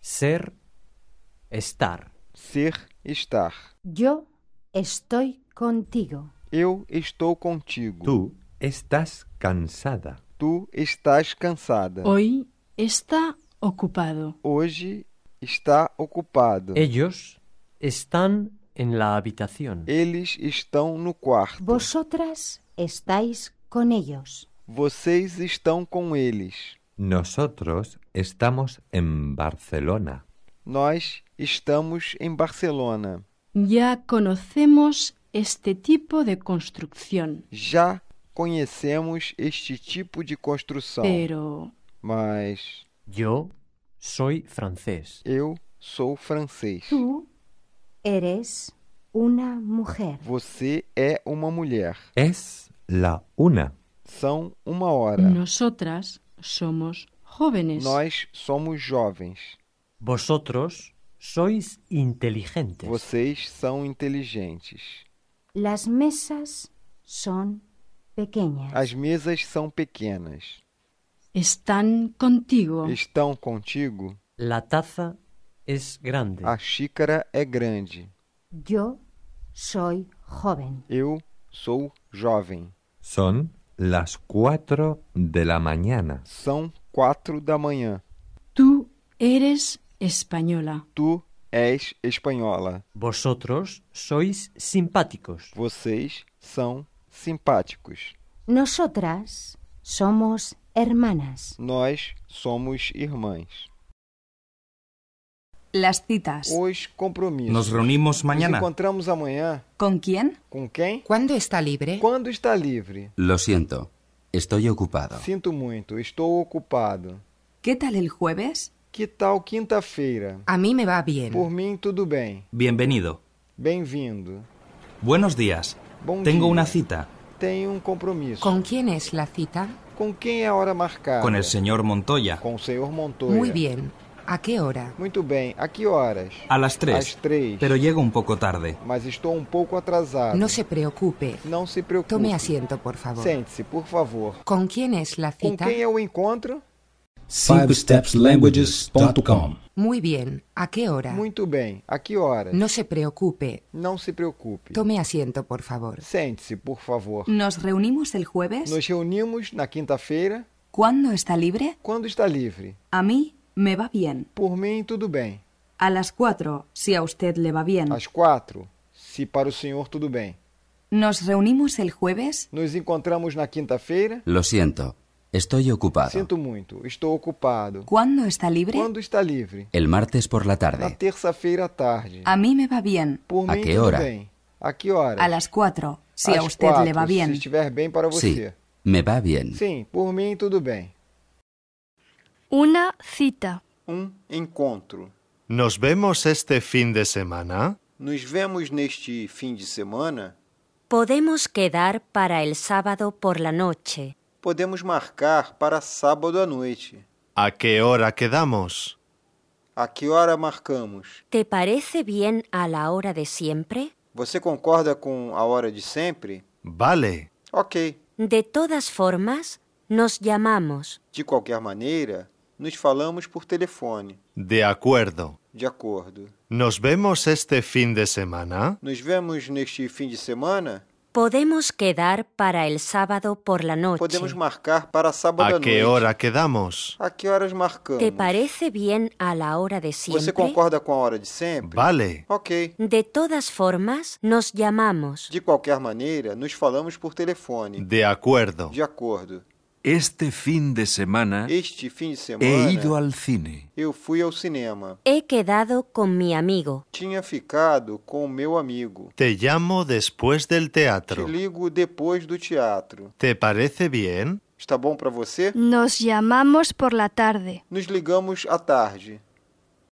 Ser, estar. ser, estar. Yo estoy contigo. Eu estou contigo. Tú estás cansada. Tu estás cansada. Hoy está ocupado. Hoje está ocupado. Ellos están en la habitación. Eles estão no quarto. Vosotras estáis con ellos. Vocês estão com eles. Nosotros estamos en Barcelona. Nós estamos em Barcelona. Ya conocemos este tipo de construcción, Já conhecemos este tipo de construção. pero Mas Yo soy francés. eu sou francês. Tú eres una mujer. Você é uma mulher. Es la una. São uma hora. nosotras somos jóvenes. Nós somos jovens. Vosotros sois inteligentes. Vocês são inteligentes. Las mesas son pequeñas. As mesas são pequenas. Están contigo. Estão contigo? La taza es grande. A xícara é grande. Yo soy joven. Eu sou jovem. Son las cuatro de la mañana. São quatro da manhã. Tú eres española. Tu és espanhola. Vosotros sois simpáticos. Vocês são simpáticos. Nosotras somos hermanas. Nós somos irmãs. Las citas. Os compromissos. Nos reunimos Nos mañana. encontramos amanhã. ¿Con quién? Com quem? ¿Cuándo está libre? Quando está livre? Lo siento, estoy Tá. ocupado. Sinto muito, estou ocupado. ¿Qué tal el jueves? Que tal quinta-feira? A mí me va bien. Por mim, tudo bem. Bienvenido. Bem-vindo. Buenos días. Bom Tengo dia. una cita Tenho um compromisso. ¿Con quién es la cita? Com quem é a hora marcada? con el señor Montoya Com o senhor Montoya. Muy bien. ¿A qué hora? Muito bem. A que horas? a las Às 3, três. pero llego un poco tarde. Mas estou um pouco atrasado. No se preocupe. Não se preocupe. Tome asiento, por favor. tá? Sente-se, por favor. ¿Con quién es la Com cita? quem é o encontro? FiveStepsLanguages.com Muy bien. ¿A qué hora? Muito bem. A que horas? Tá. No se preocupe. Não se preocupe. Tome asiento, por favor. Sente-se, por favor. ¿Nos reunimos el jueves? Nos reunimos na quinta-feira, ¿Cuándo está libre? quando está livre. A mí me va bien. Por mim, tudo bem. A las cuatro, si a usted le va bien. Às quatro, se para o senhor tudo bem. ¿Nos reunimos el jueves? Nos encontramos na quinta-feira. Lo siento, estoy ocupado. Sinto muito, estou ocupado. ¿Cuándo está libre? Quando está livre? El martes por la Na tarde. terça-feira à tarde. Tá A mí me va bien. Por A mim, que tudo hora? bem. A que hora? A las cuatro, si a Às usted quatro, le va Se bien. estiver bem para Sí, você. me va bien. Sim, por mim, tudo bem. Una cita. Um encontro. ¿Nos vemos este fin de semana? Nos vemos neste fim de semana? Podemos quedar para el sábado por la noche. Podemos marcar para sábado à noite. ¿A qué hora quedamos? A que hora marcamos? ¿Te parece bien a la hora de siempre? Você concorda com a hora de sempre? Vale. Ok. De todas formas, nos llamamos. De qualquer maneira, nos falamos por telefone. De acuerdo. De acordo. ¿Nos vemos este fin de semana? Nos vemos neste fim de semana? Podemos quedar para el sábado por la noche. Podemos marcar para sábado à ¿A noite. qué hora quedamos? A que horas marcamos? ¿Te parece bien a la hora de Você siempre? concorda com a hora de sempre? Vale. Ok. De todas formas, nos llamamos. De qualquer maneira, nos falamos por telefone. De acuerdo. De acordo. Este fin de semana Este fim de semana, he ido al cine. eu fui ao cinema. He quedado con mi amigo. Tinha ficado com o meu amigo. Te llamo después del Te teatro. ligo depois do teatro. ¿Te parece bien? Está bom para você? Nos llamamos por la tarde. Nos ligamos à tarde.